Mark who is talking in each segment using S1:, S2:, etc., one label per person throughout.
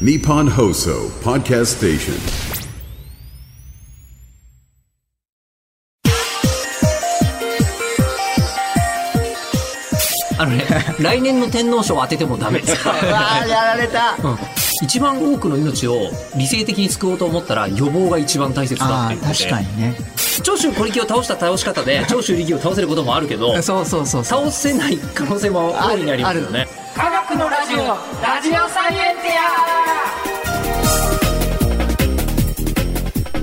S1: Nippon Hoso Podcast Station.
S2: あのね、来年の天皇賞を当ててもダメです。
S3: ああ、やられた。
S2: 一番多くの命を理性的に救おうと思ったら予防が一番大切だって
S3: ああ
S2: いう、
S3: 確か
S2: に。
S3: にね。
S2: 長州小力を倒した倒し方 で、長州力を倒せることもあるけど、
S3: そうそうそうそ
S2: 倒
S3: う。
S2: せない可能性も大いにありますよね。
S4: 科学のラジオラジオサイエンテ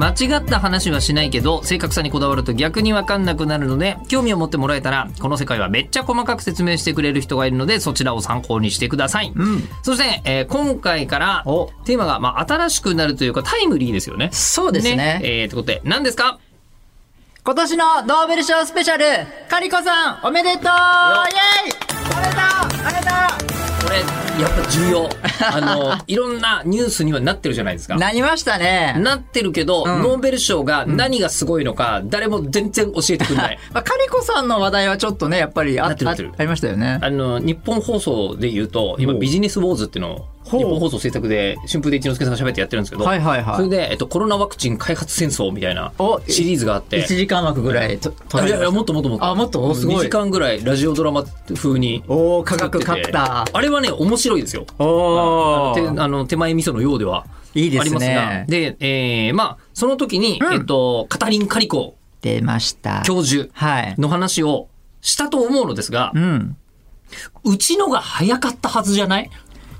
S5: 間違った話はしないけど正確さにこだわると逆に分かんなくなるので興味を持ってもらえたらこの世界はめっちゃ細かく説明してくれる人がいるのでそちらを参考にしてください、そして、えー今回から
S2: お
S5: テーマが、まあ、新しくなるというかタイムリーですよね
S3: そうですね
S5: えー、ということで何ですか
S3: 今年のノーベル賞スペシャル、カリコさん、おめでとうイェイおめでとうおめで
S5: これやっぱ重要 あのいろんなニュースにはなってるじゃないです
S3: と
S5: か
S3: うなりましたね。
S5: なってるけど、ノーベル賞が何がすごいのか、誰も全然教えてくれ ない。
S3: まあ、カリコさんの話題はちょっとね、やっぱりあ
S5: なってるな
S3: ああ
S5: ってる
S3: りましたよね。
S5: あの日本放送で言うと今ビジネスウォーズっていうのを日本放送制作で春風亭一之輔さんが喋ってやってるんですけど、
S3: はいはいはい
S5: それで、えっと、コロナワクチン開発戦争みたいな
S3: お
S5: シリーズがあって
S3: 1時間枠ぐらいと、
S5: あ
S3: と
S5: いやいやもっともっともっと
S3: あもっとおすごい
S5: 2時間ぐらいラジオドラマ風に
S3: おー、科
S5: 作って
S3: 学
S5: て
S3: 勝った。
S5: あれはね面白いですよ
S3: お
S5: て
S3: ー。
S5: あの手前味噌のようではい
S3: いですね
S5: ありますがで、えーまあその時に、えっと、カタリン・カリコ
S3: 出ました。
S5: 教授
S3: はい。
S5: の話をしたと思うのですが、
S3: うん。
S5: うちのが早かったはずじゃない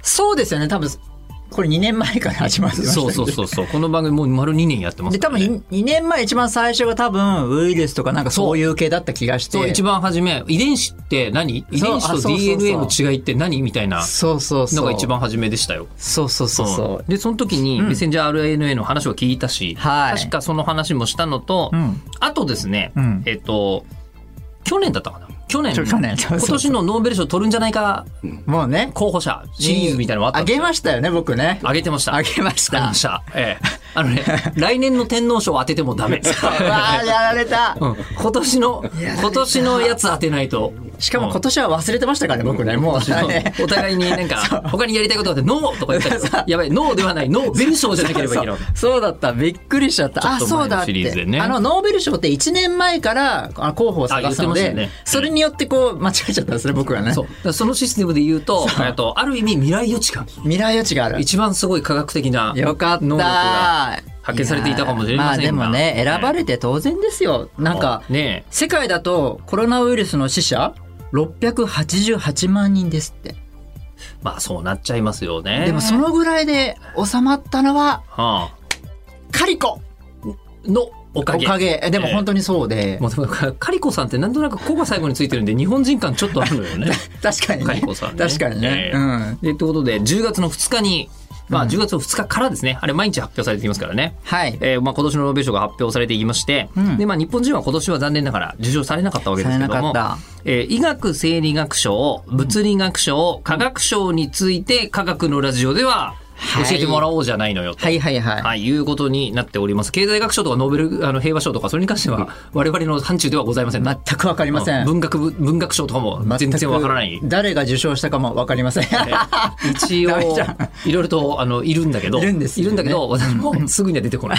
S3: そうですよね、多分、これ2年前から始まりましたけ
S5: そ
S3: ど
S5: うそうそうそう。この番組もう丸2年やってます
S3: で、
S5: か
S3: 多
S5: らね、
S3: 分2年前一番最初が多分ウイルスとかなんかそういう系だった気がして。
S5: そう、一番初め、遺伝子って何遺伝子
S3: あそう
S5: と
S3: そうそう
S5: DNA の違いって何みたいな
S3: そうそうそう。
S5: のが一。番初めでしたよ。
S3: そうそうそうそう。
S5: で、その時にメッセンジャー RNA の話を聞いたし、
S3: はい
S5: 確かその話もしたのと、
S3: ん
S5: あとですね、
S3: ん
S5: えっと、去年だったかな去年、
S3: ちょ去年そうそう
S5: 今年のノーベル賞取るんじゃないか
S3: もうね。
S5: 候補者シリーズみたいなのがあった
S3: あ
S5: んです
S3: げ
S5: よ
S3: ましたよね、僕ね。
S5: あげてました。
S3: あげました
S5: あげました。ええ。あ のね、来年の天皇賞を当ててもダメ。
S3: ああ、やられた。
S5: 今年の、今年のやつ当てないと。
S3: しかも今年は忘れてましたからね、僕ね。もう、ね。
S5: お互いになん か、他にやりたいことがあって、ノーとか言ったけど、やばい、ノーではない、ノーベル賞じゃなければいけない。
S3: そうだった。びっくりしちゃった。あ、
S5: ちょっと
S3: そ
S5: 前
S3: うだ
S5: の
S3: っ
S5: シリーズ
S3: て。
S5: でね
S3: あの、ノーベル賞って1年前からあ候補を探すの
S5: あ言
S3: で、
S5: ってましたよね
S3: それによってこう、間違えちゃったんですね、僕はね。
S5: そう。だからそのシステムで言うと、えっと、ある意味未来予知感。
S3: 未来予知がある。
S5: 一番すごい科学的な
S3: よかった。
S5: 能力が発見されていたかもしれませんが
S3: やーまあでもね、選ばれて当然ですよ。なんか、
S5: ねえ
S3: 世界だとコロナウイルスの死者688万人ですって。
S5: まあそうなっちゃいますよね。
S3: でもそのぐらいで収まったのは、
S5: は
S3: カリコ
S5: あのおか
S3: お
S5: げ。
S3: かげ。えでも
S5: ええ
S3: 本当にそうで。
S5: もうでもカリコさんってなんとなく「こ」が最後についてるんで日本人感ちょっとあるの よね。
S3: 確かに
S5: カリ
S3: ね
S5: コさん。ね
S3: 確かにね。
S5: ええ
S3: うん。
S5: でということで10月の2日にまあ10月の2日からですねあれ毎日発表されていますからね。
S3: はい。
S5: えーまあ、今年のノーベル賞が発表されていきまして、
S3: ん
S5: でまあ、日本人は今年は残念ながら受賞されなかったわけですけども
S3: されなかっ、
S5: えー医学生理学賞物理学賞、科学賞について科学のラジオでは
S3: はい
S5: 教えてもらおうじゃないのよと。
S3: は
S5: はい
S3: いはいはい。
S5: い、うことになっております。経済学賞とかノーベルあの平和賞とか、それに関しては、我々の範疇ではございません。
S3: 全くわかりません。
S5: 文学部、文学賞とかも全然わからない
S3: 全く。誰が受賞したかもわかりません。
S5: 一応
S3: ダメじゃん、
S5: いろいろと、あの、いるんだけど、
S3: いるんですよね
S5: だけど、私もすぐには出て こない。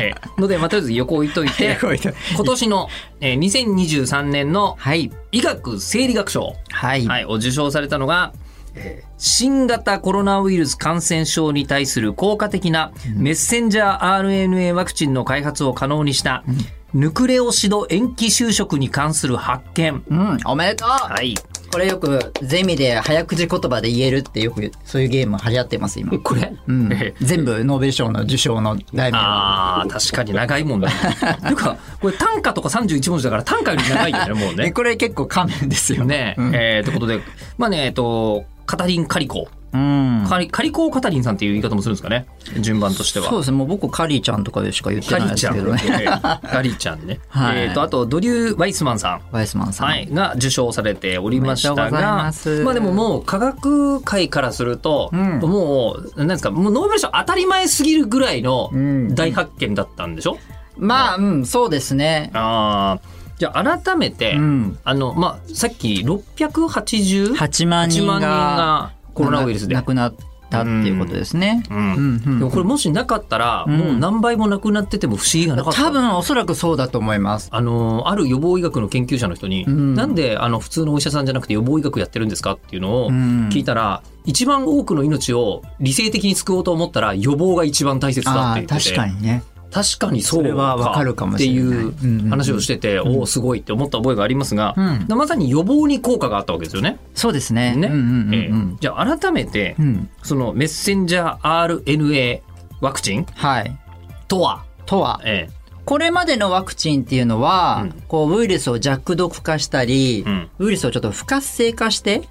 S5: ええので、まあ、とりあえず横置いといて、
S3: 横置いといて
S5: 今年の、えー、2023年の
S3: はい。
S5: 医学生理学賞、
S3: はい。
S5: はい、を受賞されたのが、えー新型コロナウイルス感染症に対する効果的なメッセンジャー RNA ワクチンの開発を可能にした、ヌクレオシド塩基就職に関する発見。
S3: うん、おめでとう
S5: はい。
S3: これよくゼミで早口言葉で言えるってよくそういうゲーム流行ってます今。
S5: これ、
S3: うん
S5: ええ、
S3: 全部ノーベル賞の受賞の題名。
S5: あー確かに長い もんだね。ていうか、これ単価とか31文字だから単価より長いよね、もう
S3: え
S5: ね。
S3: これ結構仮面ですよね。
S5: ねえ、えーということで、まあね、えっと、カタリン・カリコ
S3: うん。
S5: カリカリコーカタリンさんっていう言い方もするんですかね順番としては
S3: そうですね。もう僕、カリーちゃんとかでしか言って
S5: ガ
S3: ない
S5: リ
S3: です
S5: ちゃ
S3: け
S5: ん
S3: どね。
S5: ね。ガリちゃんね。
S3: はい
S5: えっと、あと、ドリュー・ワイスマンさん。
S3: ワイスマンさん。
S5: はい、が受賞されておりました
S3: おめでとうござい
S5: が
S3: ます
S5: あでももう科学界からすると、もうなんですかもうノーベル賞当たり前すぎるぐらいの
S3: ん
S5: 大発見だったんでしょ、
S3: まあ、うん、そうですね。
S5: ああじゃあ改めて、
S3: うん
S5: あのまあさっき680
S3: 8万人が
S5: 8万人がコロナウイルスで
S3: 亡くなったっていうことですね。
S5: うん
S3: うん
S5: でもこれもしなかったら、もう何倍もなくなってても不思議がなかった
S3: 多分おそらくそうだと思います。
S5: あのある予防医学の研究者の人に、なんであの普通のお医者さんじゃなくて予防医学やってるんですかっていうのを
S3: ん
S5: 聞いたら、一番多くの命を理性的に救おうと思ったら予防が一番大切だっ
S3: あ
S5: て
S3: あ
S5: 言っ
S3: ー、
S5: て
S3: 確
S5: て
S3: かにね。
S5: 確かにそう
S3: それはわかるかもしれない
S5: っていう話をしてて、おおすごいって思った覚えがありますが、
S3: うん
S5: まさに予防に効果があったわけですよね。
S3: そうですね。
S5: ね
S3: うんうんうん
S5: え
S3: うん
S5: ーじゃあ改めて、
S3: うん
S5: そのメッセンジャー RNA ワクチン
S3: はい。
S5: とは、
S3: とは、
S5: え
S3: これまでのワクチンっていうのは、
S5: うん
S3: こうウイルスを弱毒化したり、
S5: うん
S3: ウイルスをちょっと不活性化して、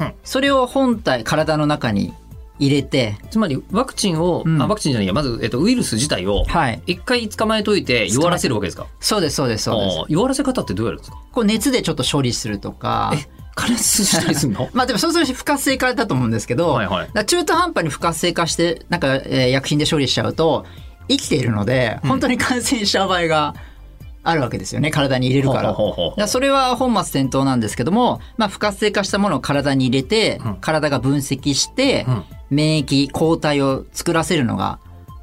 S5: うん
S3: それを本体、体の中に入れて、
S5: ーつまりワクチンを、
S3: うん
S5: あワクチンじゃないやまず、えっとウイルス自体を、
S3: はい。
S5: 一回捕まえといて弱らせるわけですか
S3: そうです、そうです、そうです
S5: あ。あ弱らせ方ってどうやるんですか
S3: こう熱でちょっと処理するとか、
S5: 加熱したりする の
S3: まあでもそうすると不活性化だと思うんですけど、
S5: はいはい
S3: だから中途半端に不活性化して、なんか、えー薬品で処理しちゃうと、生きているので、本当に感染しちゃう場合があるわけですよね、体に入れるから。
S5: ほうほうほうほう
S3: だからそれは本末転倒なんですけども、まあ不活性化したものを体に入れて、体が分析して、免疫、抗体を作らせるのが、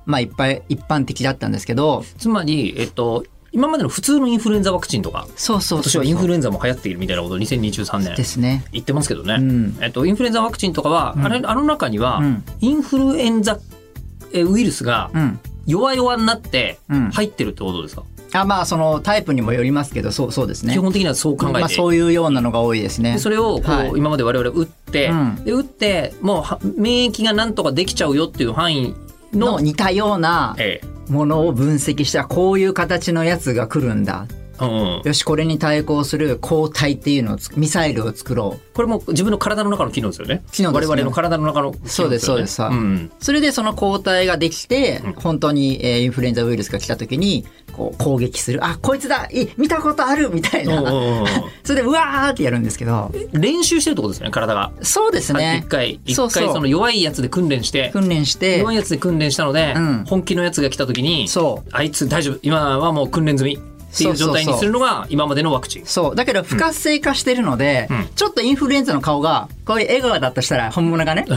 S3: まあいっぱい一般的だったんですけど、
S5: つまり、えっと、今までの普通のインフルエンザワクチンとか
S3: そうそう
S5: 今年はインフルエンザも流行っているみたいなことを2023年
S3: ですね。
S5: 言ってますけどね、
S3: ん
S5: えっと、インフルエンザワクチンとかは、あれあの中には、
S3: ん
S5: インフルエンザえウイルスが
S3: うん。
S5: 弱々になって
S3: うん
S5: 入ってるってことですか、
S3: あまあそのタイプにもよりますけど、そうそうですね。
S5: 基本的にはそう考えて、
S3: まあ、そういうようなのが多いですね
S5: で。それをこう、
S3: はい
S5: 今まで我々打って、
S3: うん
S5: で打ってもうは免疫がなんとかできちゃうよっていう範囲の
S3: の似たような
S5: ええ
S3: ものを分析したらこういう形のやつが来るんだ
S5: うんうん、
S3: よしこれに対抗する抗体っていうのをつミサイルを作ろう
S5: これも自分の体の中の機能ですよね。
S3: 機能ですね
S5: 我々の体の中の機能よね
S3: そうですそうですさあ
S5: ん、
S3: それでその抗体ができて本当に、えーインフルエンザウイルスが来た時にこう攻撃するあこいつだい見たことあるみたい
S5: うん
S3: な
S5: うんうん
S3: それでうわーってやるんですけど
S5: うん練習してるってことですよね体が。
S3: そうです
S5: はい
S3: ね
S5: 一回一
S3: そう
S5: 回
S3: そう
S5: その弱いやつで訓練して
S3: 訓練して
S5: 弱いやつで訓練したので、
S3: うん
S5: 本気のやつが来た時に
S3: そう
S5: あいつ大丈夫今はもう訓練済みっていう状態にするのが今までのワクチン。
S3: そう。だけど、不活性化してるので、
S5: ん
S3: ちょっとインフルエンザの顔が、こういう笑顔だとしたら、本物 がね、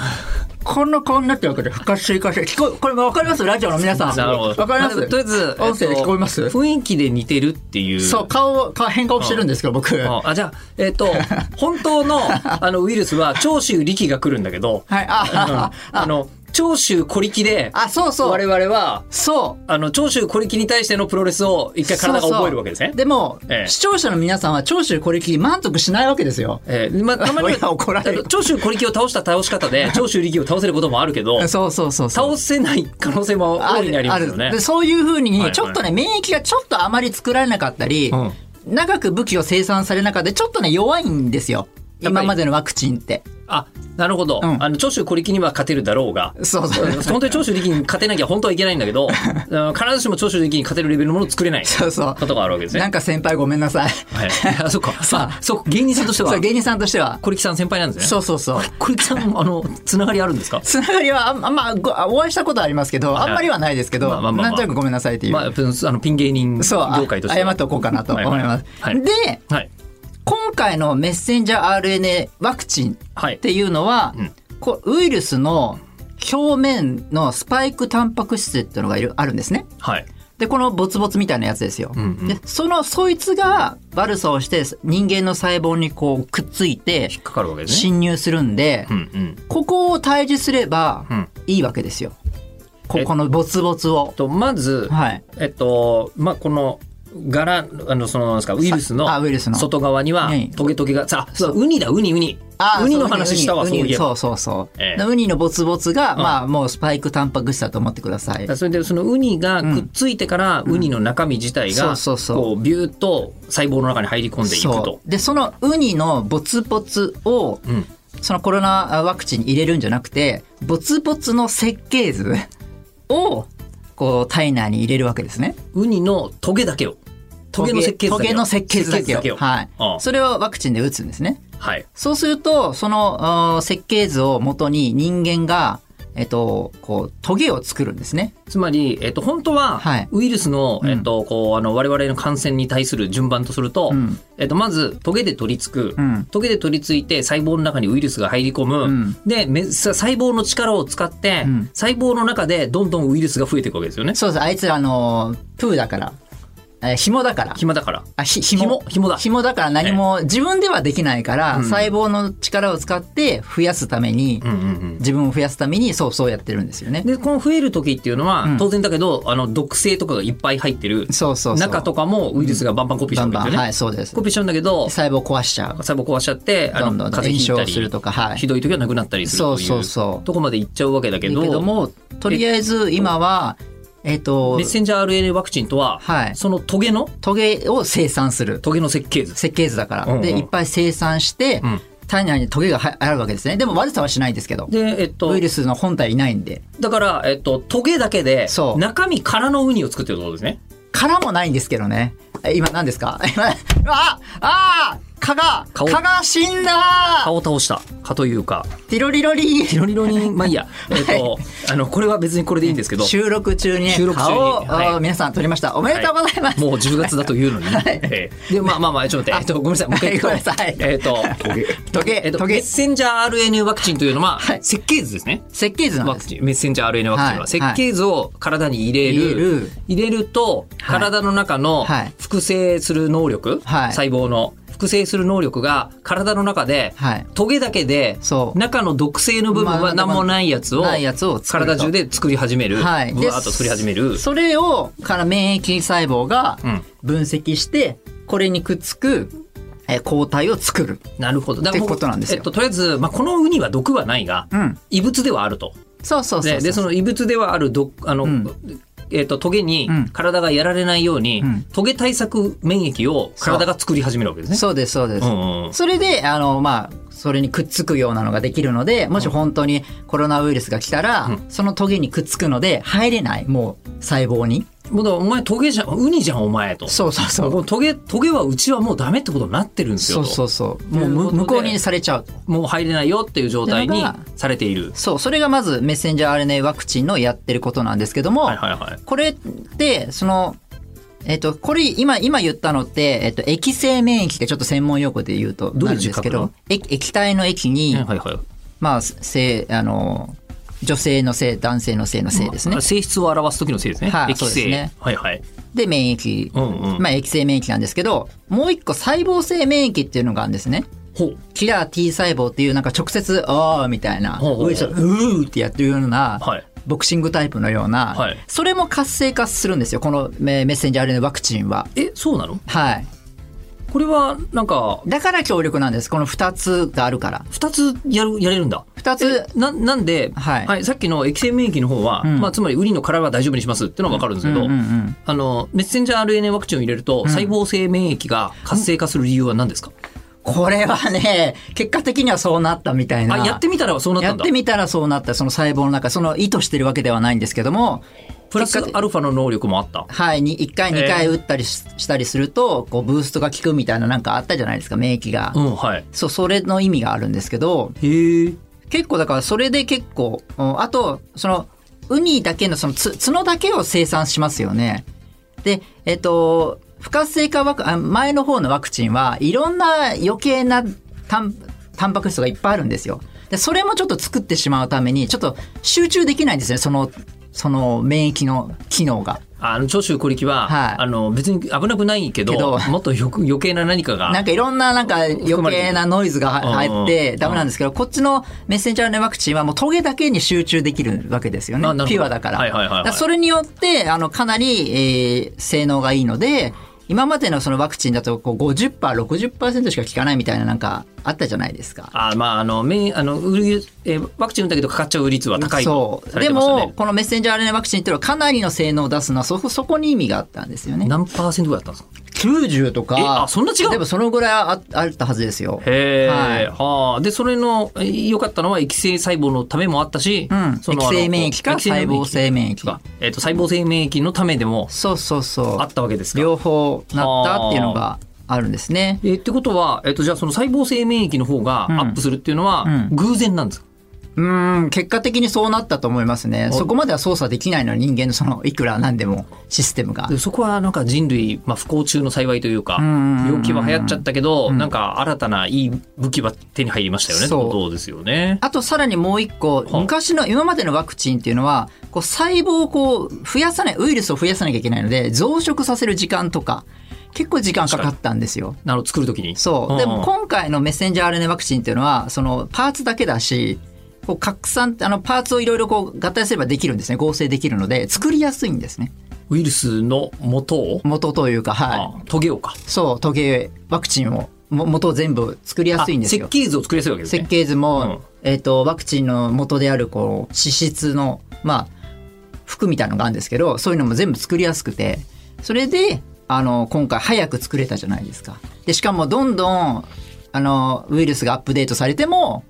S3: こんな顔になってるわけで、不活性化して、聞こえ、これわかりますラジオの皆さん。
S5: なるほど
S3: わかります
S5: あでもとりあえず
S3: 音声で
S5: っと
S3: 聞こえます
S5: 雰囲気で似てるっていう。
S3: そう、顔を、顔変顔してるんですけど、僕。はい、
S5: ああじゃあ、えっ、 と、本当の、あの、ウイルスは、長州力が来るんだけど、
S3: あ、
S5: あの、長州小力で、
S3: あ、そうそう。
S5: 我々は、
S3: そう。
S5: あの、長州小力に対してのプロレスを一回体が覚えるわけですね。
S3: そうそうでも、
S5: ええ
S3: 視聴者の皆さんは長州これきり満足しないわけですよ。
S5: えーまあ、たまに
S3: 親怒られる
S5: あの長州小力を倒した倒し方で、長州力を倒せることもあるけど、
S3: そうそうそうそ
S5: 倒
S3: う。
S5: せない可能性も大いにありますよね。
S3: でそういうふう
S5: いは
S3: に
S5: い
S3: ちょっとね、免疫がちょっとあまり作られなかったり、
S5: うん
S3: 長く武器を生産されなかったりちょっとね弱いんですよ
S5: やっぱり
S3: 今までのワクチンって。
S5: あ、なるほど。
S3: うん
S5: あの、長州小力には勝てるだろうが。
S3: そうそう
S5: うん本当に長州力に勝てなきゃ本当はいけないんだけ ど、うん必ずしも長州力に勝てるレベルのものを作れない
S3: そうそう
S5: ことがあるわけですね。
S3: なんか先輩ごめんなさい。
S5: はい。 あ、そっか。
S3: さ
S5: あ、そうか芸人さんとしては
S3: そう、芸人さんとしては。
S5: 小力さん先輩なんですね。
S3: そうそうそう。
S5: 小力さんも、あの、つながりあるん ですか
S3: つながりはあんあんまごお会いしたことありますけど、あんまりはないですけど、
S5: まあまあまあま
S3: な
S5: あ
S3: んとなくごめんなさいっていう。
S5: まあ、あのピン芸人
S3: そう、あ
S5: 業界として
S3: 謝
S5: は
S3: っておこうかなと思います。
S5: はいはい
S3: で、
S5: はい。
S3: 今回のメッセンジャー RNA ワクチン
S5: はい
S3: っていうのは、
S5: ん
S3: こうウイルスの表面のスパイクタンパク質っていうのがいるあるんですね。
S5: はい。
S3: で、このボツボツみたいなやつですよ。
S5: んうん
S3: で、その、そいつが悪さをして人間の細胞にこうくっついて
S5: 引っかかるわけですね。
S3: 侵入するんで、
S5: うんうん。
S3: ここを退治すれば
S5: うん
S3: いいわけですよ。こ
S5: え
S3: このボツボツを。
S5: と、まず、
S3: はい。
S5: えっと、まあ、この、柄、あの、その、なんですか、ウイルスの、
S3: さあウイルスの
S5: 外側には
S3: はい、
S5: トゲトゲが、さあ、そう、ウニだ、ウニ、ウニ。
S3: あー
S5: ウニの
S3: そう
S5: 話したわ、
S3: ウ
S5: そう
S3: ニ
S5: いえば。
S3: そうそうそう。
S5: ええ
S3: ウニのボツボツが、
S5: ん
S3: まあもうスパイクタンパク質だと思ってください
S5: だから。それでそのウニがくっついてから、ウニの中身自体が、
S3: うんそうそうそう
S5: こうビューッと細胞の中に入り込んでいくと
S3: そうでそのウニのボツボツを、
S5: ん
S3: そのコロナワクチンに入れるんじゃなくてボツボツの設計図をこう体内に入れるわけですね。
S5: ウニのトゲだけを。トゲの設計図だけを。
S3: トゲの設計図だけを。はい
S5: ああ
S3: それをワクチンで打つんですね。
S5: はい。
S3: そうすると、そのあー設計図を元に人間が、えっと、こう、トゲを作るんですね。
S5: つまり、えっと、本当は
S3: はい、
S5: ウイルスの、
S3: ん
S5: えっと、こう、あの、我々の感染に対する順番とすると、
S3: ん
S5: えっと、まず、トゲで取り付く、
S3: うん
S5: トゲで取り付いて、細胞の中にウイルスが入り込む、
S3: ん
S5: でめ、さ細胞の力を使って、
S3: ん
S5: 細胞の中でどんどんウイルスが増えていくわけですよね。
S3: そうです。あいつら、あのー、プーだから。えー紐だから。
S5: 暇だから。
S3: あ、ひ、紐
S5: 紐。紐だ
S3: 紐だから何も、自分ではできないから、細胞の力を使って増やすために、
S5: うんうんうん。
S3: 自分を増やすために、そうそうやってるんですよね。
S5: で、この増える時っていうのは、
S3: ん
S5: 当然だけど、あの、毒性とかがいっぱい入ってる、
S3: そうそうそう
S5: 中とかもウイルスがバンバンコピーしち
S3: バ
S5: ゃう
S3: ン
S5: んで
S3: バ
S5: すよ
S3: ン、
S5: ね。
S3: はい、そうです
S5: コ。ピーしちゃうんだけど、
S3: 細胞壊しちゃう。
S5: 細胞壊しちゃって、あ
S3: どん
S5: の、
S3: どん
S5: 風邪ひいた
S3: 炎
S5: り
S3: 症するとか、はい。
S5: ひどい時は亡くなったりするという
S3: そうそうそう
S5: とこまで行っちゃうわけだけ
S3: だ
S5: ど
S3: けども、とりあえず今は、えっと
S5: メッ、センジャー RNA ワクチンとは、
S3: はい
S5: そのトゲの
S3: トゲを生産する。
S5: トゲの設計図
S3: 設計図だから。
S5: うんうん
S3: で、いっぱい生産して、
S5: ん
S3: 体内にトゲがはあるわけですね。でも悪さはしないですけど。
S5: でえっと
S3: ウイルスの本体いないんで。
S5: だから、えっと、トゲだけで
S3: そう
S5: 中身空のウニを作ってるってことですね
S3: 殻もないんですけどね。え今何ですか 今、ああ蚊が
S5: 顔
S3: 蚊が死んだ
S5: 顔を倒した蚊というか
S3: ティロリロリ
S5: いろいろ にまあいいや、えっとあのこれは別にこれでいいんですけど
S3: 収録中にね
S5: 収録中に
S3: 蚊を、
S5: はい
S3: あ皆さん撮りました。おめでとうございます。
S5: もう10月だというのに、ええでまあまあまあちょっと待って、えっと、ごめんなさいもう一回言うと
S3: はいごめんなさい
S5: えっと
S3: トゲ
S5: えっと
S3: ト
S5: メ
S3: ゲ
S5: ッセンジャー RNA ワクチンというのは、
S3: はい
S5: 設計図ですね
S3: 設計図なん
S5: ワ
S3: で
S5: ク
S3: す。
S5: チンメッセンジャー RNA ワクチンは、
S3: はい
S5: 設計図を体に入れる、
S3: 入れる
S5: 入れると
S3: はい
S5: 体の中の
S3: はい
S5: 複製する能力、
S3: はい
S5: 細胞の複製する能力が体の中で、
S3: はい
S5: トゲだけで
S3: そう
S5: 中の毒性の部分
S3: ま
S5: は
S3: あ
S5: 何もないやつを
S3: ないやつを作ると
S5: 体中で作り始める、
S3: はい、
S5: ぶわーっと作り始める
S3: それをから免疫細胞が
S5: ん
S3: 分析して、これにくっつくえー抗体を作る
S5: なるほどだ
S3: ってことなんですよ
S5: えっと、とりあえず、まあ、このウニは毒はないが、
S3: ん
S5: 異物ではあると。
S3: そうそうそう
S5: ででその異物ではあるどあの、えー、とトゲに
S3: ん
S5: 体がやられないように、
S3: ん
S5: トゲ対策免疫を体が作り始めるわけですね。
S3: そうですそうです、
S5: うんうんうん
S3: それであのまあそれにくっつくようなのができるのでもし本当にコロナウイルスが来たら、そのトゲにくっつくので入れないもう細胞に
S5: もうだからお前トゲじゃんウニじゃんお前と
S3: そうそうそ
S5: こ
S3: う
S5: のトゲトゲはうちはもうダメってことになってるんですよ
S3: そう
S5: と
S3: そうそう
S5: という
S3: も
S5: こと
S3: う
S5: で
S3: む無効にされちゃうと
S5: もう入れないよっていう状態に
S3: なのが
S5: されている。
S3: そうそれがまずメッセンジャー RNA ワクチンのやってることなんですけども、
S5: はいはいはい
S3: これって、その、えっと、これ、今、今言ったのって、えっと、液性免疫ってちょっと専門用語で言うと、
S5: どう
S3: な
S5: いう
S3: るんですけ
S5: 字書
S3: ど
S5: く、
S3: 液液体の液に、
S5: はいはいはい
S3: まあ、性、あの、女性の性、男性の性の性ですね。
S5: 性質を表す時の性ですね。
S3: はい
S5: 液
S3: そうです
S5: 性、
S3: ね
S5: はいはい。
S3: で、免疫、
S5: うんうん
S3: まあ、液性免疫なんですけど、もう一個、細胞性免疫っていうのがあるんですね。
S5: ほう
S3: キラー T 細胞っていう、なんか直接、あーみたいな、
S5: ほうほうほう
S3: ウイルスがうーってやってるような、
S5: はい
S3: ボクシングタイプのような、
S5: はい
S3: それも活性化するんですよ、このメメッセンジャー RNA ワクチンは。
S5: えそうなの？
S3: はい。
S5: これはなんか
S3: だから強力なんです。この2つがあるから。
S5: 二つやるやれるんだ。
S3: 2つ、
S5: ななんで、
S3: はい
S5: さっきの液性免疫の方は、まあ、つまりウリの殻は大丈夫にしますってのは分かるんですけど、あのメッセンジャー RNA ワクチンを入れると、細胞性免疫が活性化する理由は何ですか、
S3: これはね、結果的にはそうなったみたいな。
S5: あやってみたらそうなった
S3: や
S5: ん
S3: っ
S5: だ
S3: てみたらそうなった、その細胞の中、その意図してるわけではないんですけども、
S5: プラスアルファの能力もあった
S3: はい、に1回、
S5: えー
S3: 2回打ったりし,、たりすると、こう、ブーストが効くみたいななんかあったじゃないですか、免疫が。
S5: うんはい
S3: そう、それの意味があるんですけど、
S5: へえ
S3: 結構だからそれで結構、うんあとそのウニだけのそのつ角だけを生産しますよね。でえっと不活性化ワクあ前の方のワクチンはいろんな余計なタンタンパク質がいっぱいあるんですよ。でそれもちょっと作ってしまうためにちょっと集中できないんですねそのその免疫の機能が。
S5: あの長州小力は、
S3: はい
S5: あの別に危なくないけど
S3: けど
S5: もっとよく余計な何かが
S3: なんかいろんななんか余
S5: まれてる
S3: 計なノイズが入
S5: うんうん
S3: 入ってダメなんですけど、こっちのメッセンジャー RNA ワクチンはもうトゲだけに集中できるわけですよね
S5: あなるほど。
S3: ピュアだから。
S5: はいはいはいはい
S3: だからそれによって、あの、かなり、えー性能がいいので、今までのそのワクチンだとこう 50%60% しか効かないみたいななんかあったじゃないですか。
S5: あーまああの免あのウイルスえーワクチン打ったけどかかっちゃう率は高い
S3: そ
S5: と
S3: う
S5: され
S3: で
S5: てました
S3: も
S5: ね。
S3: このメッセンジャー RNA ワクチンっていうのはかなりの性能を出すのはそこそこに意味があったんですよね。
S5: 何パーセントぐらいだったんですか。
S3: 90とか
S5: えあそんな違う
S3: でもそのぐらいああったはずですよ。
S5: へえ、
S3: はい
S5: はあ。でそれのえー良かったのは液性細胞のためもあったし、
S3: うん
S5: その
S3: 液性免疫か
S5: あの液
S3: 細胞性免疫
S5: かえっ、と細胞性免疫のためでも
S3: そうそうそう。
S5: あったわけですか。
S3: 両方なったっていうのがあるんですね。
S5: えーってことは、えっと、じゃあその細胞性免疫の方がアップするっていうのは偶然なんですか、
S3: うーん、結果的にそうなったと思いますね。そこまでは操作できないのは人間のそのいくらなんでもシステムが
S5: で。そこはなんか人類、まあ、不幸中の幸いというか病気は流行っちゃったけど、なんか新たないい武器は手に入りましたよね
S3: そう
S5: ってことですよね。
S3: あとさらにもう一個、昔の今までのワクチンっていうのは、こう細胞をこう増やさない、ウイルスを増やさなきゃいけないので、増殖させる時間とか、結構時間かかったんですよ。
S5: なるほど作るときに
S3: そう。
S5: ん
S3: でも今回のメッセンジャー RNA ワクチンっていうのは、そのパーツだけだし、こう拡散、あのパーツをいろいろこう合体すればできるんですね。合成できるので、作りやすいんですね。
S5: ウイルスの元を、
S3: 元というか、はい。
S5: あトゲをか
S3: そう、トゲワクチンを、も元を全部作りやすいんですよ
S5: あ。設計図を作りやすいわけですね。
S3: 設計図も、
S5: うん
S3: えっ、と、ワクチンの元である、こう、脂質の、まあ、服みたいのがあるんですけど、そういうのも全部作りやすくて、それで、あの、今回早く作れたじゃないですか。で、しかもどんどん、あの、ウイルスがアップデートされても、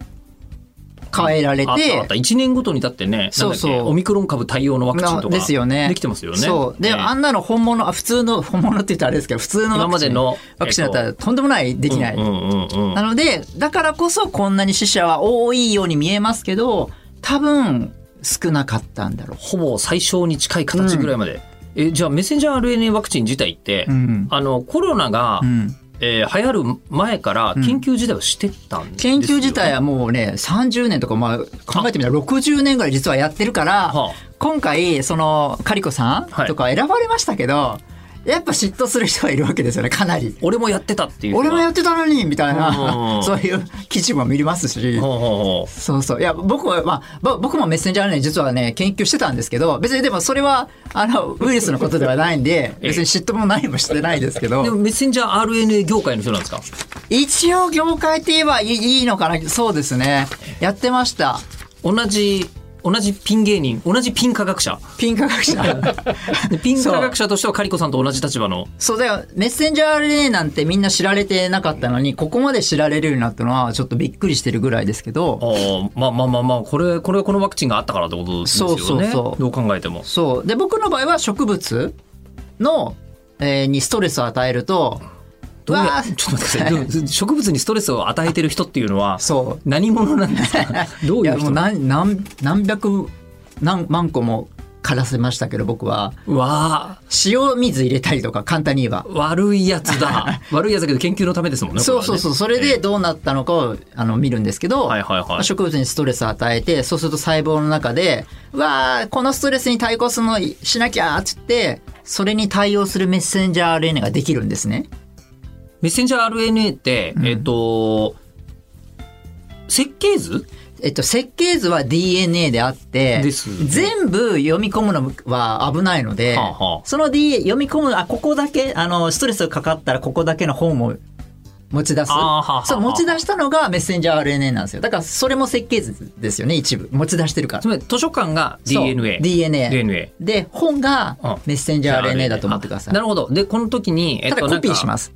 S3: 変えられ
S5: あったあった
S3: て、
S5: 1年ごとにだってね
S3: そうそう
S5: なんだっけオミクロン株対応のワクチンとか
S3: ですよね。
S5: できてますよね。
S3: そう。で、
S5: ね
S3: あんなの本物、あ普通の、本物って言ったらあれですけど、普通のワクチン
S5: 今までの
S3: ワクチンだったらとんでもない、できない。
S5: うんうんうん
S3: なので、だからこそこんなに死者は多いように見えますけど、多分少なかったんだろう。
S5: ほぼ最小に近い形ぐらいまで。えじゃあメッセンジャー RNA ワクチン自体って、
S3: ん
S5: あのコロナが、
S3: ん
S5: えー流行る前から研究自体はしてたんですよ、
S3: 研究自体はもうね、30年とか、まあ、考えてみたら60年ぐらい実はやってるから
S5: はあ、
S3: 今回、その、カリコさん
S5: はい
S3: とか選ばれましたけど、やっぱ嫉妬する人はいるわけですよね、かなり。
S5: 俺もやってたっていう人
S3: 俺
S5: が
S3: もやってたのにみたい
S5: うんうんう
S3: な、
S5: ん
S3: そういう記事も見れますし。
S5: ほうほうほう
S3: そうそう。いや、僕は、まあ、ぼ僕もメッセンジャー RNA 実はね、研究してたんですけど、別にでもそれは、あの、ウイルスのことではないんで、別に嫉妬も何もしてないですけ
S5: でも
S3: ど、
S5: メッセンジャー RNA 業界の人なんですか
S3: 一応業界って言えばいいいいのかなそうですね。やってました。
S5: 同じ同じピン芸人同じピン科学者
S3: ピン科 学者。
S5: でピン科学者としてはカリコさんと同じ立場の
S3: そうだよ。メッセンジャー RNA なんてみんな知られてなかったのに、ここまで知られるようになったのは、ちょっとびっくりしてるぐらいですけど、
S5: あーまあまあまあまあこれこれはこのワクチンがあったからってことですよね
S3: そうそうそう
S5: どう考えても
S3: そう。で、僕の場合は植物の、えーにストレスを与えると、
S5: どうや
S3: うわー
S5: ちょっと待ってくださいでも植物にストレスを与えてる人っていうのは
S3: そう。
S5: 何者なんですかどうい
S3: いや
S5: う
S3: もう
S5: 人
S3: 何何何百何万個も枯らせましたけど僕は
S5: わあ
S3: 塩水入れたりとか簡単に言えば。
S5: 悪いやつ だ悪いやつだけど研究のためですもんね
S3: そうそうそう、
S5: こ
S3: それでどうなったのかをあの見るんですけど、
S5: はいはいはい
S3: まあ植物にストレスを与えてそうすると細胞の中で「うわあこのストレスに対抗するのしなきゃ」っつってそれに対応するメッセンジャー RNA ができるんですね。
S5: れはねメッセンジャー RNA って、えっと設計図
S3: えっと、設計図は DNA であって、
S5: ですね
S3: 全部読み込むのは危ないので、
S5: はあはあ
S3: その DNA、読み込む、あ、ここだけ、あの、ストレスがかかったらここだけの本を持ち出
S5: あ
S3: す。
S5: ーはあはあはあ
S3: そう、持ち出したのがメッセンジャー RNA なんですよ。だから、それも設計図ですよね、一部。持ち出してるから
S5: つ。まり図書館が
S3: そう
S5: DNA
S3: DNA。
S5: DNA
S3: で、本が
S5: うん
S3: メッセンジャー RNA だと思ってください
S5: な。るほどでこの時に、え
S3: ただコピーしますす。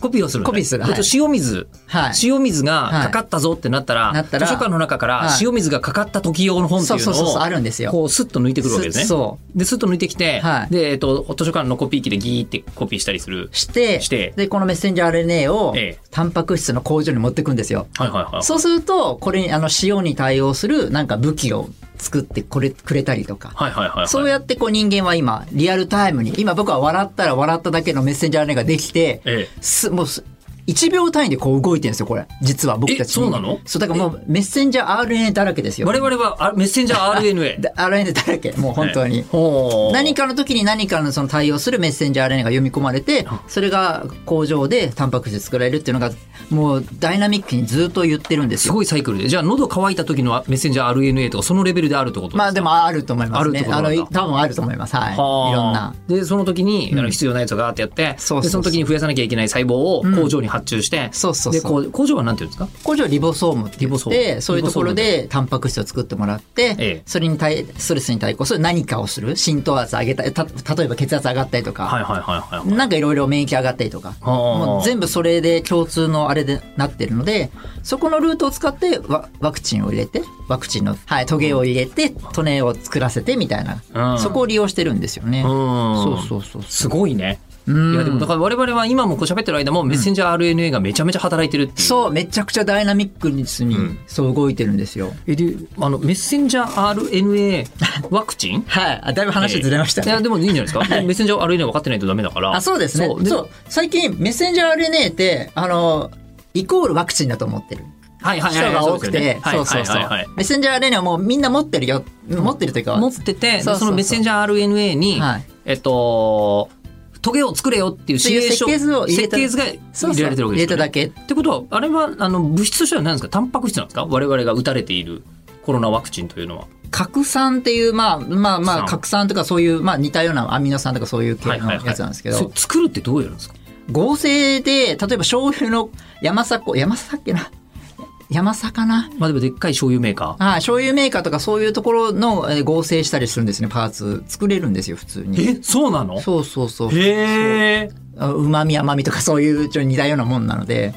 S5: コピーをするんだ
S3: コピーするはい
S5: えっと塩水、
S3: はい
S5: 塩水がかかったぞってなったら,、
S3: いなったら
S5: 図書館の中から
S3: はい
S5: 塩水がかかった時用の本っていう
S3: そうそうそう
S5: の
S3: そう
S5: を
S3: あるんですよ
S5: こうスッと抜いてくるわけですね
S3: すそ
S5: でスッと抜いてきて、
S3: はい
S5: で、えっと、図書館のコピー機でギーってコピーしたりする
S3: して、
S5: して
S3: で、このメッセンジャー RNA を
S5: ええ、
S3: タンパク質の工場に持ってくんですよ。
S5: はいはいはい
S3: そうすると、これに、あの、塩に対応する、なんか武器を作ってこれ、くれたりとか。
S5: はいはいはいはい
S3: そうやってこう人間は今、リアルタイムに、今僕は笑ったら笑っただけのメッセンジャー RNA ができて、
S5: ええ
S3: すもうす1秒単位でこう動いてるんですよ、これ。実は僕たち。
S5: えそうなの
S3: そう、だからもうメッセンジャー RNA だらけですよ。
S5: 我々はあメッセンジャー RNA。
S3: だ RNA だらけ、もう本当に。
S5: ほう
S3: 何かの時に何かのその対応するメッセンジャー RNA が読み込まれて、それが工場でタンパク質作られるっていうのが、もうダイナミックにずっと言ってるんです
S5: す
S3: よ。
S5: ごいサイクルで。じゃあ、喉乾いた時のメッセンジャー RNA とか、そのレベルであるってこと
S3: まあで
S5: も、
S3: もあると思いますね。
S5: あるってことなんだ
S3: の、多分あると思います。はい。い
S5: はあ
S3: ろんな。。
S5: で、その時に、あの必要なやつがガーってやって、
S3: そうそうそう
S5: で、その時に増やさなきゃいけない細胞を工場に発注して、
S3: そうそうそ
S5: で、
S3: う
S5: こう工場はなんていうんですか
S3: 工場はリボソームって言っ
S5: リボソーム
S3: て、そういうところでタンパク質を作ってもらっ
S5: え
S3: て、
S5: え
S3: それに対、ストレスに対抗する何かをする。浸透圧上げたり、た例えば血圧上がったりとか、
S5: はいはいはいはい。
S3: なんかいろいろ免疫上がったりとか、
S5: あ
S3: もう全部それで共通のあれでなってるので、そこのルートを使ってワワクチンを入れて、ワクチンの、はい、トゲを入れて、トネを作らせてみたいな、
S5: うん
S3: そこを利用してるんですよね。そうそうそうそう。
S5: すごいね。いやでもだから我々は今もこう喋ってる間もメッセンジャー RNA がめちゃめちゃ働いてるっていう。
S3: そう、めちゃくちゃダイナミックに、そう動いてるんですよ。
S5: えであのメッセンジャー RNA ワクチン
S3: はい。あだいぶ話ずれました
S5: い
S3: ね
S5: や。でもいいんじゃないですか、メッセンジャー RNA 分かってないとダメだから
S3: あ、そうですね。そう最近、メッセンジャー RNA って、あの、イコールワクチンだと思ってる。
S5: はいはいは
S3: 人
S5: い
S3: が多くて、
S5: そ
S3: そうう
S5: そ
S3: そうう
S5: そ
S3: そ
S5: ですよねは
S3: うう
S5: いはいはいはい。
S3: メッセンジャー RNA はもうみんな持ってるよ。持ってるというか、
S5: 持ってて
S3: そうそうそう
S5: そのメッセンジャー RNA に、
S3: はい
S5: えっとトゲを作れよっていう指令書
S3: っていう設計図を入れた
S5: 設計図が
S3: そう
S5: 入
S3: そう
S5: れられてるわけですよ、ね、
S3: 入れただけ
S5: ってことはあれはあの物質としては何ですかタンパク質なんですか我々が打たれているコロナワクチンというのは
S3: 核酸っていう、まあまあま
S5: 酸
S3: あ、核酸とかそういう、まあ似たようなアミノ酸とかそういう系のやつなんですけど、
S5: それ作るってどうやるんですか
S3: 合成で、例えば醤油の山迫、山迫っけな山迫かな
S5: まあでもでっかい醤油メーカー
S3: はい、醤油メーカーとかそういうところのえー合成したりするんですね、パーツ。作れるんですよ、普通に。
S5: えそうなの
S3: そうそうそう。
S5: へえ
S3: うまみ甘みとかそういうちょっと似たようなもんなので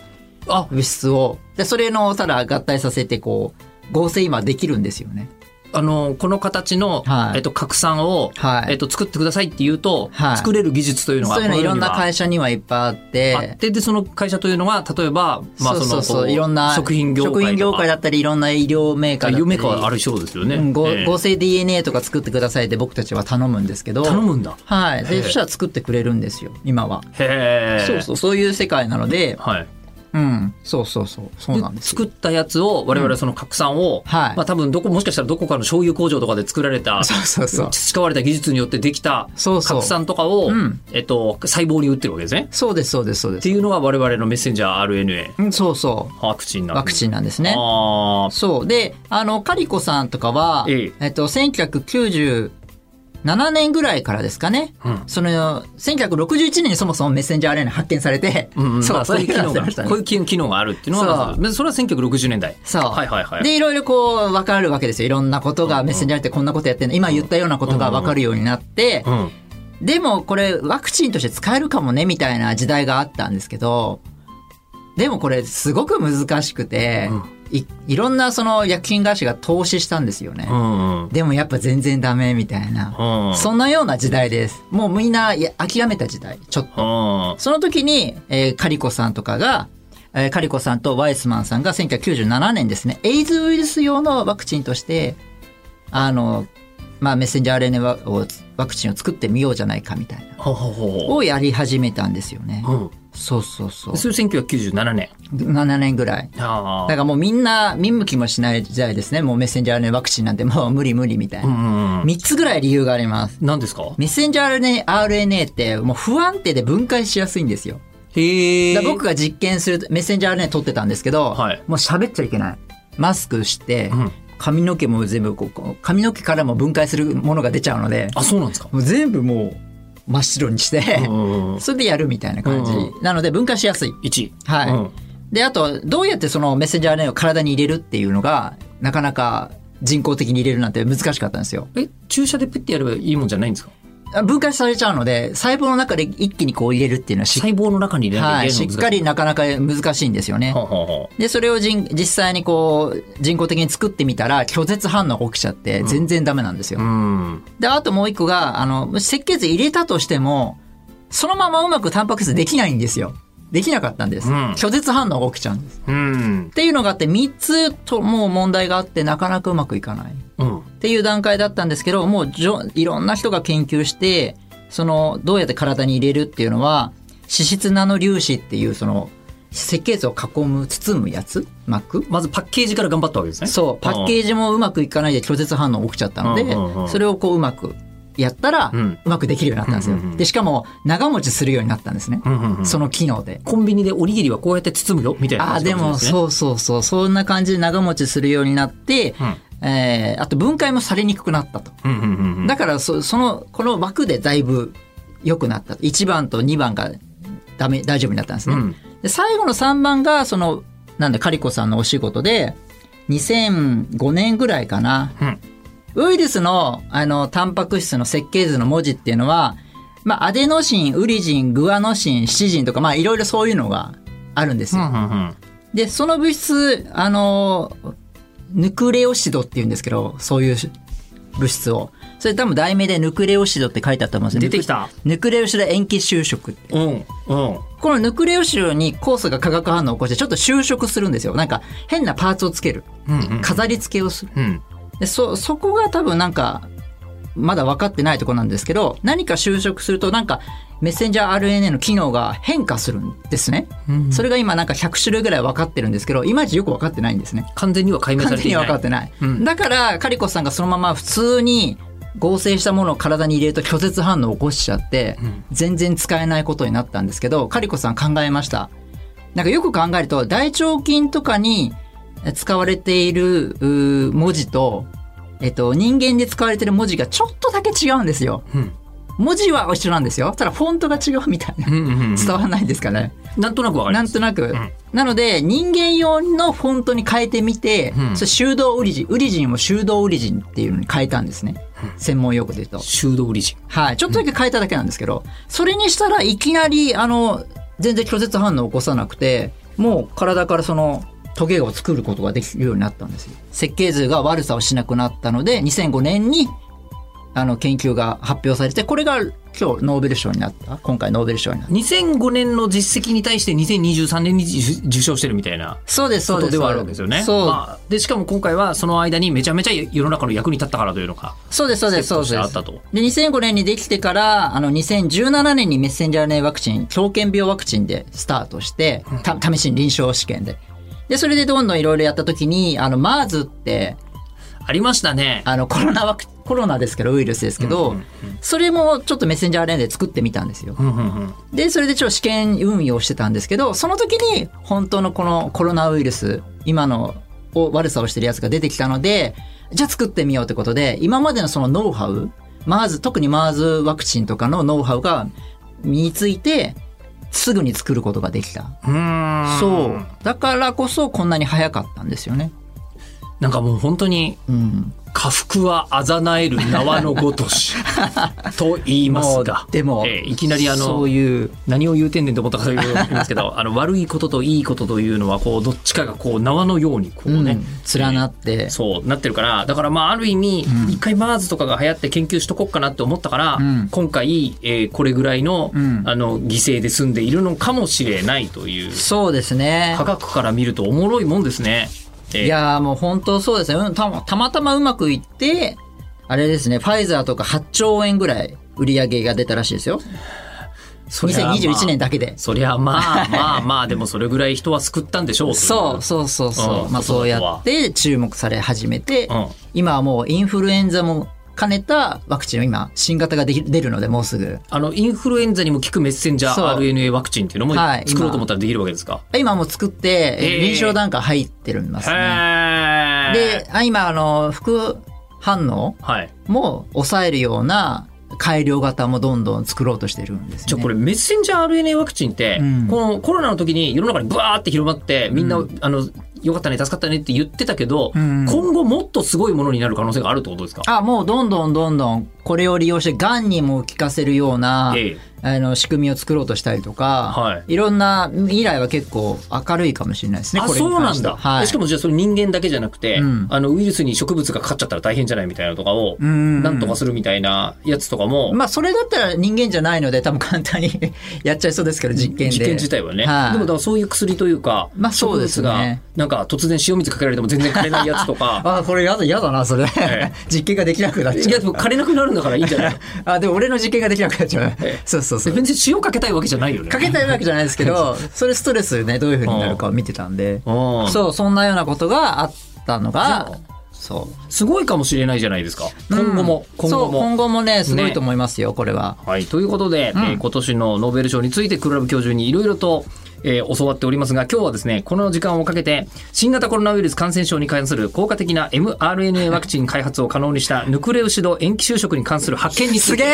S5: あ
S3: 物質をでそれのただ合体させてこう合成今できるんですよね
S5: あのこの形の、
S3: はい
S5: えっと、拡散を、
S3: はい
S5: えっと、作ってくださいって言うと、
S3: はい
S5: 作れる技術というのが
S3: そういうのいろん
S5: こ世に
S3: な
S5: は
S3: 会社にはいっぱいあっ
S5: あっててでその会社というのは例えば、まあ、
S3: そ
S5: そ
S3: うそう
S5: の
S3: そ
S5: こ
S3: ういろんな
S5: 食品業界とか
S3: 食品業界だったりいろんな医療メーカーだったり
S5: 夢かはあるそうですよね、
S3: うん合
S5: ええ
S3: 合成 DNA とか作ってくださいって僕たちは頼むんですけど
S5: 頼むんだ
S3: はい
S5: へえ
S3: でそしたら作ってくれるんですよ今は
S5: へえ
S3: そうそうそういう世界なので
S5: はい
S3: うんそうそうそうそうなんですよ
S5: 作ったやつを我々はその拡散を、
S3: はい
S5: まあ、多分どこもしかしたらどこかの醤油工場とかで作られた
S3: そうそうそう
S5: 培われた技術によってできた
S3: そうそう
S5: 拡散とかを、
S3: うん
S5: えっと、細胞に打ってるわけですね
S3: そうですそうですそうで
S5: って
S3: す
S5: いうのが我々のメッセンジャー RNA
S3: うんそうそう
S5: ワクチンなん
S3: ワクチ
S5: ン
S3: ンなんです
S5: あ
S3: ね。
S5: ー
S3: そう。で、あの、カリコさんとかは、
S5: え
S3: え
S5: え
S3: っと、1997年ぐらいからですかね。その、1961年にそもそもメッセンジャー RNA 発見されて、
S5: うんうん、
S3: そ
S5: ま
S3: う、
S5: あそ
S3: そう
S5: い
S3: ういう
S5: う機能
S3: 話
S5: が、
S3: ました
S5: こう
S3: ね
S5: いう。機能があるっていうのはまず、それは1960年代。
S3: そう。
S5: はいはいはい。
S3: で、いろいろこう、わかるわけですよ。いろんなことが、メッセンジャーってこんなことやってんの今言ったようなことがわかるようになって、
S5: うん。
S3: でもこれワクチンとして使えるかもねみたいな時代があったんですけど、でもこれすごく難しくて、いいろんなその薬品会社が投資したんですよね。
S5: うんうん。
S3: でもやっぱ全然ダメみたいな、
S5: うん
S3: そんなような時代です。もうみんないや諦めた時代、ちょっと。
S5: うん。
S3: その時に、えーカリコさんとかが、えーカリコさんとワイスマンさんが1997年ですね、エイズウイルス用のワクチンとして、あの、まあ、メッセンジャー RNA ワをワクチンを作ってみようじゃないかみたいな、
S5: ほうほうほうほ
S3: をやり始めたんですよね。
S5: う。うん。
S3: そうそうそう。
S5: それ1997年。
S3: 7年ぐらい。
S5: あ
S3: だからもうみんな見向きもしない時代ですね。もうメッセンジャー RNA ワクチンなんてもう無理無理みたいな。
S5: あ。
S3: 3つぐらい理由があります。
S5: 何ですか
S3: メッセンジャー RNA, RNA ってもう不安定で分解しやすいんですよ。
S5: へえ。
S3: だから僕が実験するメッセンジャー RNA 撮ってたんですけど、
S5: はい
S3: もう喋っちゃいけない。マスクして、
S5: ん
S3: 髪の毛も全部こうこう、髪の毛からも分解するものが出ちゃうので、
S5: あ、そうなんですか
S3: もう全部もう真っ白にして、
S5: うん。
S3: それでやるみたいな感じ。
S5: う
S3: なので分解しやすい。
S5: 1位。
S3: はい。
S5: うん
S3: で、あと、どうやってそのメッセンジャー RNA を体に入れるっていうのが、なかなか人工的に入れるなんて難しかったんですよ。
S5: え、注射でペッてやればいいもんじゃないんですか
S3: 分解されちゃうので、細胞の中で一気にこう入れるっていうのはしっ
S5: 細胞の中に入れな
S3: は
S5: きゃい
S3: い、
S5: けな
S3: し
S5: い
S3: っ
S5: の
S3: か
S5: 難し
S3: り
S5: い
S3: なかなか難しいんですよね
S5: ほ。うほうほ
S3: で、それを人実際にこう、人工的に作ってみたら、拒絶反応が起きちゃって、全然ダメなんですよ。
S5: う。うん。
S3: で、あともう一個が、あの、設計図入れたとしても、そのままうまくタンパク質できないんですよ。できなかったんです。
S5: うん
S3: 拒絶反応が起きちゃうんです。っ
S5: うん。
S3: ていうのがあって、3つともう問題があって、なかなかうまくいかない。
S5: うん。
S3: っていう段階だったんですけど、もうじょいろんな人が研究して、その、どうやって体に入れるっていうのは、脂質ナノ粒子っていう、その、設計図を囲む包むやつ巻く
S5: まずパッケージから頑張ったわけですね。
S3: そうパッケージもうまくいかないで拒絶反応起きちゃったので、
S5: うんうんうん
S3: それをこううまくやったら、
S5: う
S3: うんまくできるようになったんです
S5: う
S3: よ、
S5: んうんうん
S3: でしかも長持ちするようになったんですね、
S5: うんうんうん
S3: その機能で。
S5: コンビニでおにぎりはこうやって包むよみたいな
S3: ああ
S5: 感
S3: ー
S5: じ
S3: で
S5: か
S3: も
S5: しれないで
S3: そうそうそうそんな感じで長持ちするようになって、えーあと分解もされにくくなった
S5: す
S3: と。
S5: ねうんうんうんうん
S3: だからそそのこの枠でだいぶ良くなった1番と2番がダメ大丈夫になったんですね、
S5: うん
S3: で最後の3番がそのなんだカリコさんのお仕事で2005年ぐらいかな、ウイルスのあのタンパク質の設計図の文字っていうのは、まあ、アデノシンウリジングアノシンシジンとかまあいろいろそういうのがあるんですよ、
S5: うんうん
S3: でその物質あのヌクレオシドっていうんですけどそういう物質をそれ多分題名でヌクレオシドって書いてあったと思うんです
S5: 出
S3: よ
S5: てきた。
S3: ヌクレオシド塩基就職って
S5: うんうん。
S3: このヌクレオシドに酵素が化学反応を起こしてちょっと就職するんですよなんか変なパーツをつける、飾り付けをする
S5: うん
S3: でそそこが多分なんかまだ分かってないところなんですけど何か就職するとなんかメッセンジャー RNA の機能が変化するんですね、それが今なんか100種類ぐらい分かってるんですけどいまいちよく分かってないんですね
S5: 完全には解明され
S3: 完全
S5: てい
S3: に
S5: な
S3: 分
S5: い。
S3: かってない、
S5: うん
S3: だからカリコさんがそのまま普通に合成したものを体に入れると拒絶反応を起こしちゃって、全然使えないことになったんですけどカリコさん考えましたなんかよく考えると大腸菌とかにえ使われているうー文字と、えっと、人間で使われている文字がちょっとだけ違うんですよ、
S5: うん
S3: 文字は一緒なんですよただフォントが違うみたいな、
S5: うんうんうん
S3: 伝わらないですかね、
S5: なんとなくわかり
S3: な
S5: ま
S3: ん
S5: す。
S3: となく。なので、人間用のフォントに変えてみて、それ修道ウリジン、ウリジンを修道ウリジンっていうのに変えたんですね。専門用語で言うと。
S5: 修道理人。
S3: はい。ちょっとだけ変えただけなんですけど、それにしたらいきなり、あの、全然拒絶反応を起こさなくて、もう体からその、トゲを作ることができるようになったんですよ。設計図が悪さをしなくなったので、2005年に、あの、研究が発表されて、これが今日ノーベル賞になった。今回ノーベル賞になった。
S5: 2005年の実績に対して2023年に受受賞してるみたいな。
S3: そうです、そ
S5: こ
S3: う
S5: と
S3: で
S5: で
S3: す。
S5: はあるわけですよね。
S3: そう。
S5: まあ、でしかも今回はその間にめちゃめちゃ世の中の役に立ったからというのか。
S3: そうです、そうです、そうです。
S5: ステップとしてあったと
S3: で、2005年にできてから、あの、2017年にメッセンジャー RNA ワクチン、狂犬病ワクチンでスタートして、た試しに臨床試験で。で、それでどんどんいろいろやったときに、あの、MERS って、
S5: ありましたね。
S3: あの、コロナワク、コロナですけど、ウイルスですけど、それもちょっとメッセンジャー RNA で作ってみたんですよ。
S5: うんうんうん
S3: で、それでちょっと試験運用してたんですけど、その時に本当のこのコロナウイルス、今のを悪さをしてるやつが出てきたので、じゃあ作ってみようってことで、今までのそのノウハウ、まず、特に MERS ワクチンとかのノウハウが身について、すぐに作ることができた。
S5: うーん
S3: そう。だからこそこんなに早かったんですよね。
S5: なんかもう本当に、
S3: うん。
S5: 家福はあざなえる縄のごとしと言いますが。
S3: でも、
S5: ええいきなりあ
S3: そ
S5: の
S3: う、いう、
S5: 何を言うてんねんと思ったかということなんですけ ど、あの、悪いことといいことというのは、こう、どっちかがこう、縄のようにこうね、
S3: うん連なって、
S5: そうなってるからだからまあある意味一回 MERS とかが流行って研究しとこうかなって思ったから、
S3: ん
S5: 今回、えーこれぐらいの,、
S3: ん
S5: あの犠牲で済んでいるのかもしれないという
S3: そうですね。
S5: 科学から見るとおもろいもんですね。えー
S3: いやーもう本当そうですね。うんたまたまたまうまくいって、あれですね、ファイザーとか8兆円ぐらい売り上げが出たらしいですよ。
S5: そりゃまあ
S3: 2021年だけで。
S5: そりゃ まあまあまあでもそれぐらい人は救ったんでしょうとい
S3: そうそうそうそう。
S5: うん
S3: まあ
S5: そ
S3: そうう
S5: だ
S3: や
S5: とは
S3: って注目され始めて、
S5: うん
S3: 今はもうインフルエンザも兼ねたワクチンを今、新型ができ出るので、もうすぐ。
S5: あのインフルエンザにも効くメッセンジャ
S3: そ
S5: ー
S3: う
S5: RNA ワクチンっていうのも
S3: はい
S5: 作ろうと思ったらできるわけですか。
S3: 今もう作って、
S5: えー
S3: 臨床段階入ってるんですね。
S5: へえ。
S3: で、あ今、あの、副反応
S5: はい。
S3: も抑えるような改良型もどんどん作ろうとしてるんですね。
S5: じゃあこれメッセンジャー RNA ワクチンって、
S3: うん
S5: このコロナの時に世の中にブワーって広まってみんな、あのよかったね助かったねって言ってたけど、
S3: ん
S5: 今後もっとすごいものになる可能性があるってことですか
S3: あ、もうどんどんどんどんこれを利用して、がんにも効かせるような、
S5: ええ
S3: あの、仕組みを作ろうとしたりとか、。
S5: はい
S3: ろんな、未来は結構明るいかもしれないですね、
S5: あ
S3: これ
S5: そ
S3: に
S5: うな
S3: 関
S5: ん
S3: して
S5: だ、
S3: ははい。
S5: しかもじゃあそれ人間だけじゃなくて、
S3: ん
S5: あのウイルスに植物がかかっちゃったら大変じゃないみたいなのとかを
S3: ん
S5: なんとかするみたいなやつとかも、
S3: まあ、それだったら人間じゃないので、多分簡単にやっちゃいそうですけど、実験で。
S5: 実験自体はね、
S3: はい
S5: でもだからそういう薬というか、
S3: まあそうですね
S5: 植物がなんか突然塩水かけられても全然枯れないやつとか。
S3: あこれやだやだなそれ、
S5: え
S3: 実験ができなくな っ
S5: い
S3: ちゃ
S5: や
S3: う
S5: でも枯れなくなるんだからいいんじゃないの
S3: あでも俺の実験ができなくなっちゃう、
S5: ええ
S3: そうそうそう
S5: 別に塩かけたいわけじゃないよね。
S3: かけたいわけじゃないですけどそれストレスねどういうふうになるかを見てたんで
S5: うん
S3: そうそんなようなことがあったのがそう
S5: すごいかもしれないじゃないですか。今後も、今
S3: そ
S5: 後
S3: う
S5: も。
S3: 今後もねすごいと思いますよ、これは
S5: はい、ということで、えー今年のノーベル賞についてクラブ教授にいろいろと、えー教わっておりますが今日はですねこの時間をかけて新型コロナウイルス感染症に関する効果的な mRNA ワクチン開発を可能にしたヌクレオシド塩基就職に関する発見につ
S3: す
S5: い
S3: げ
S5: て、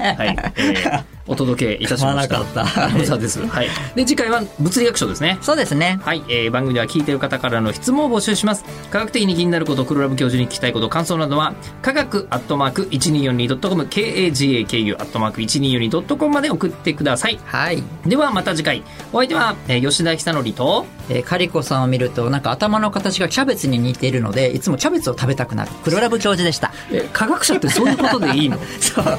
S3: え
S5: はいえーお届けいたしました。
S3: 思 わなかった
S5: アナウンサーです、はい、で次回は物理学賞ですね。
S3: そうですね
S5: はい、えー番組では聞いている方からの質問を募集します科学的に気になること黒ラブ教授に聞きたいこと感想などは科学アットマーク 1242.com kagaku アットマーク 1242.com まで送ってください
S3: はい、
S5: ではまた次回お相手は、えー吉田久典と
S3: えーカリコさんを見るとなんか頭の形がキャベツに似ているのでいつもキャベツを食べたくなる黒ラブ教授でした
S5: 科学者ってそういうことでいいの
S3: そう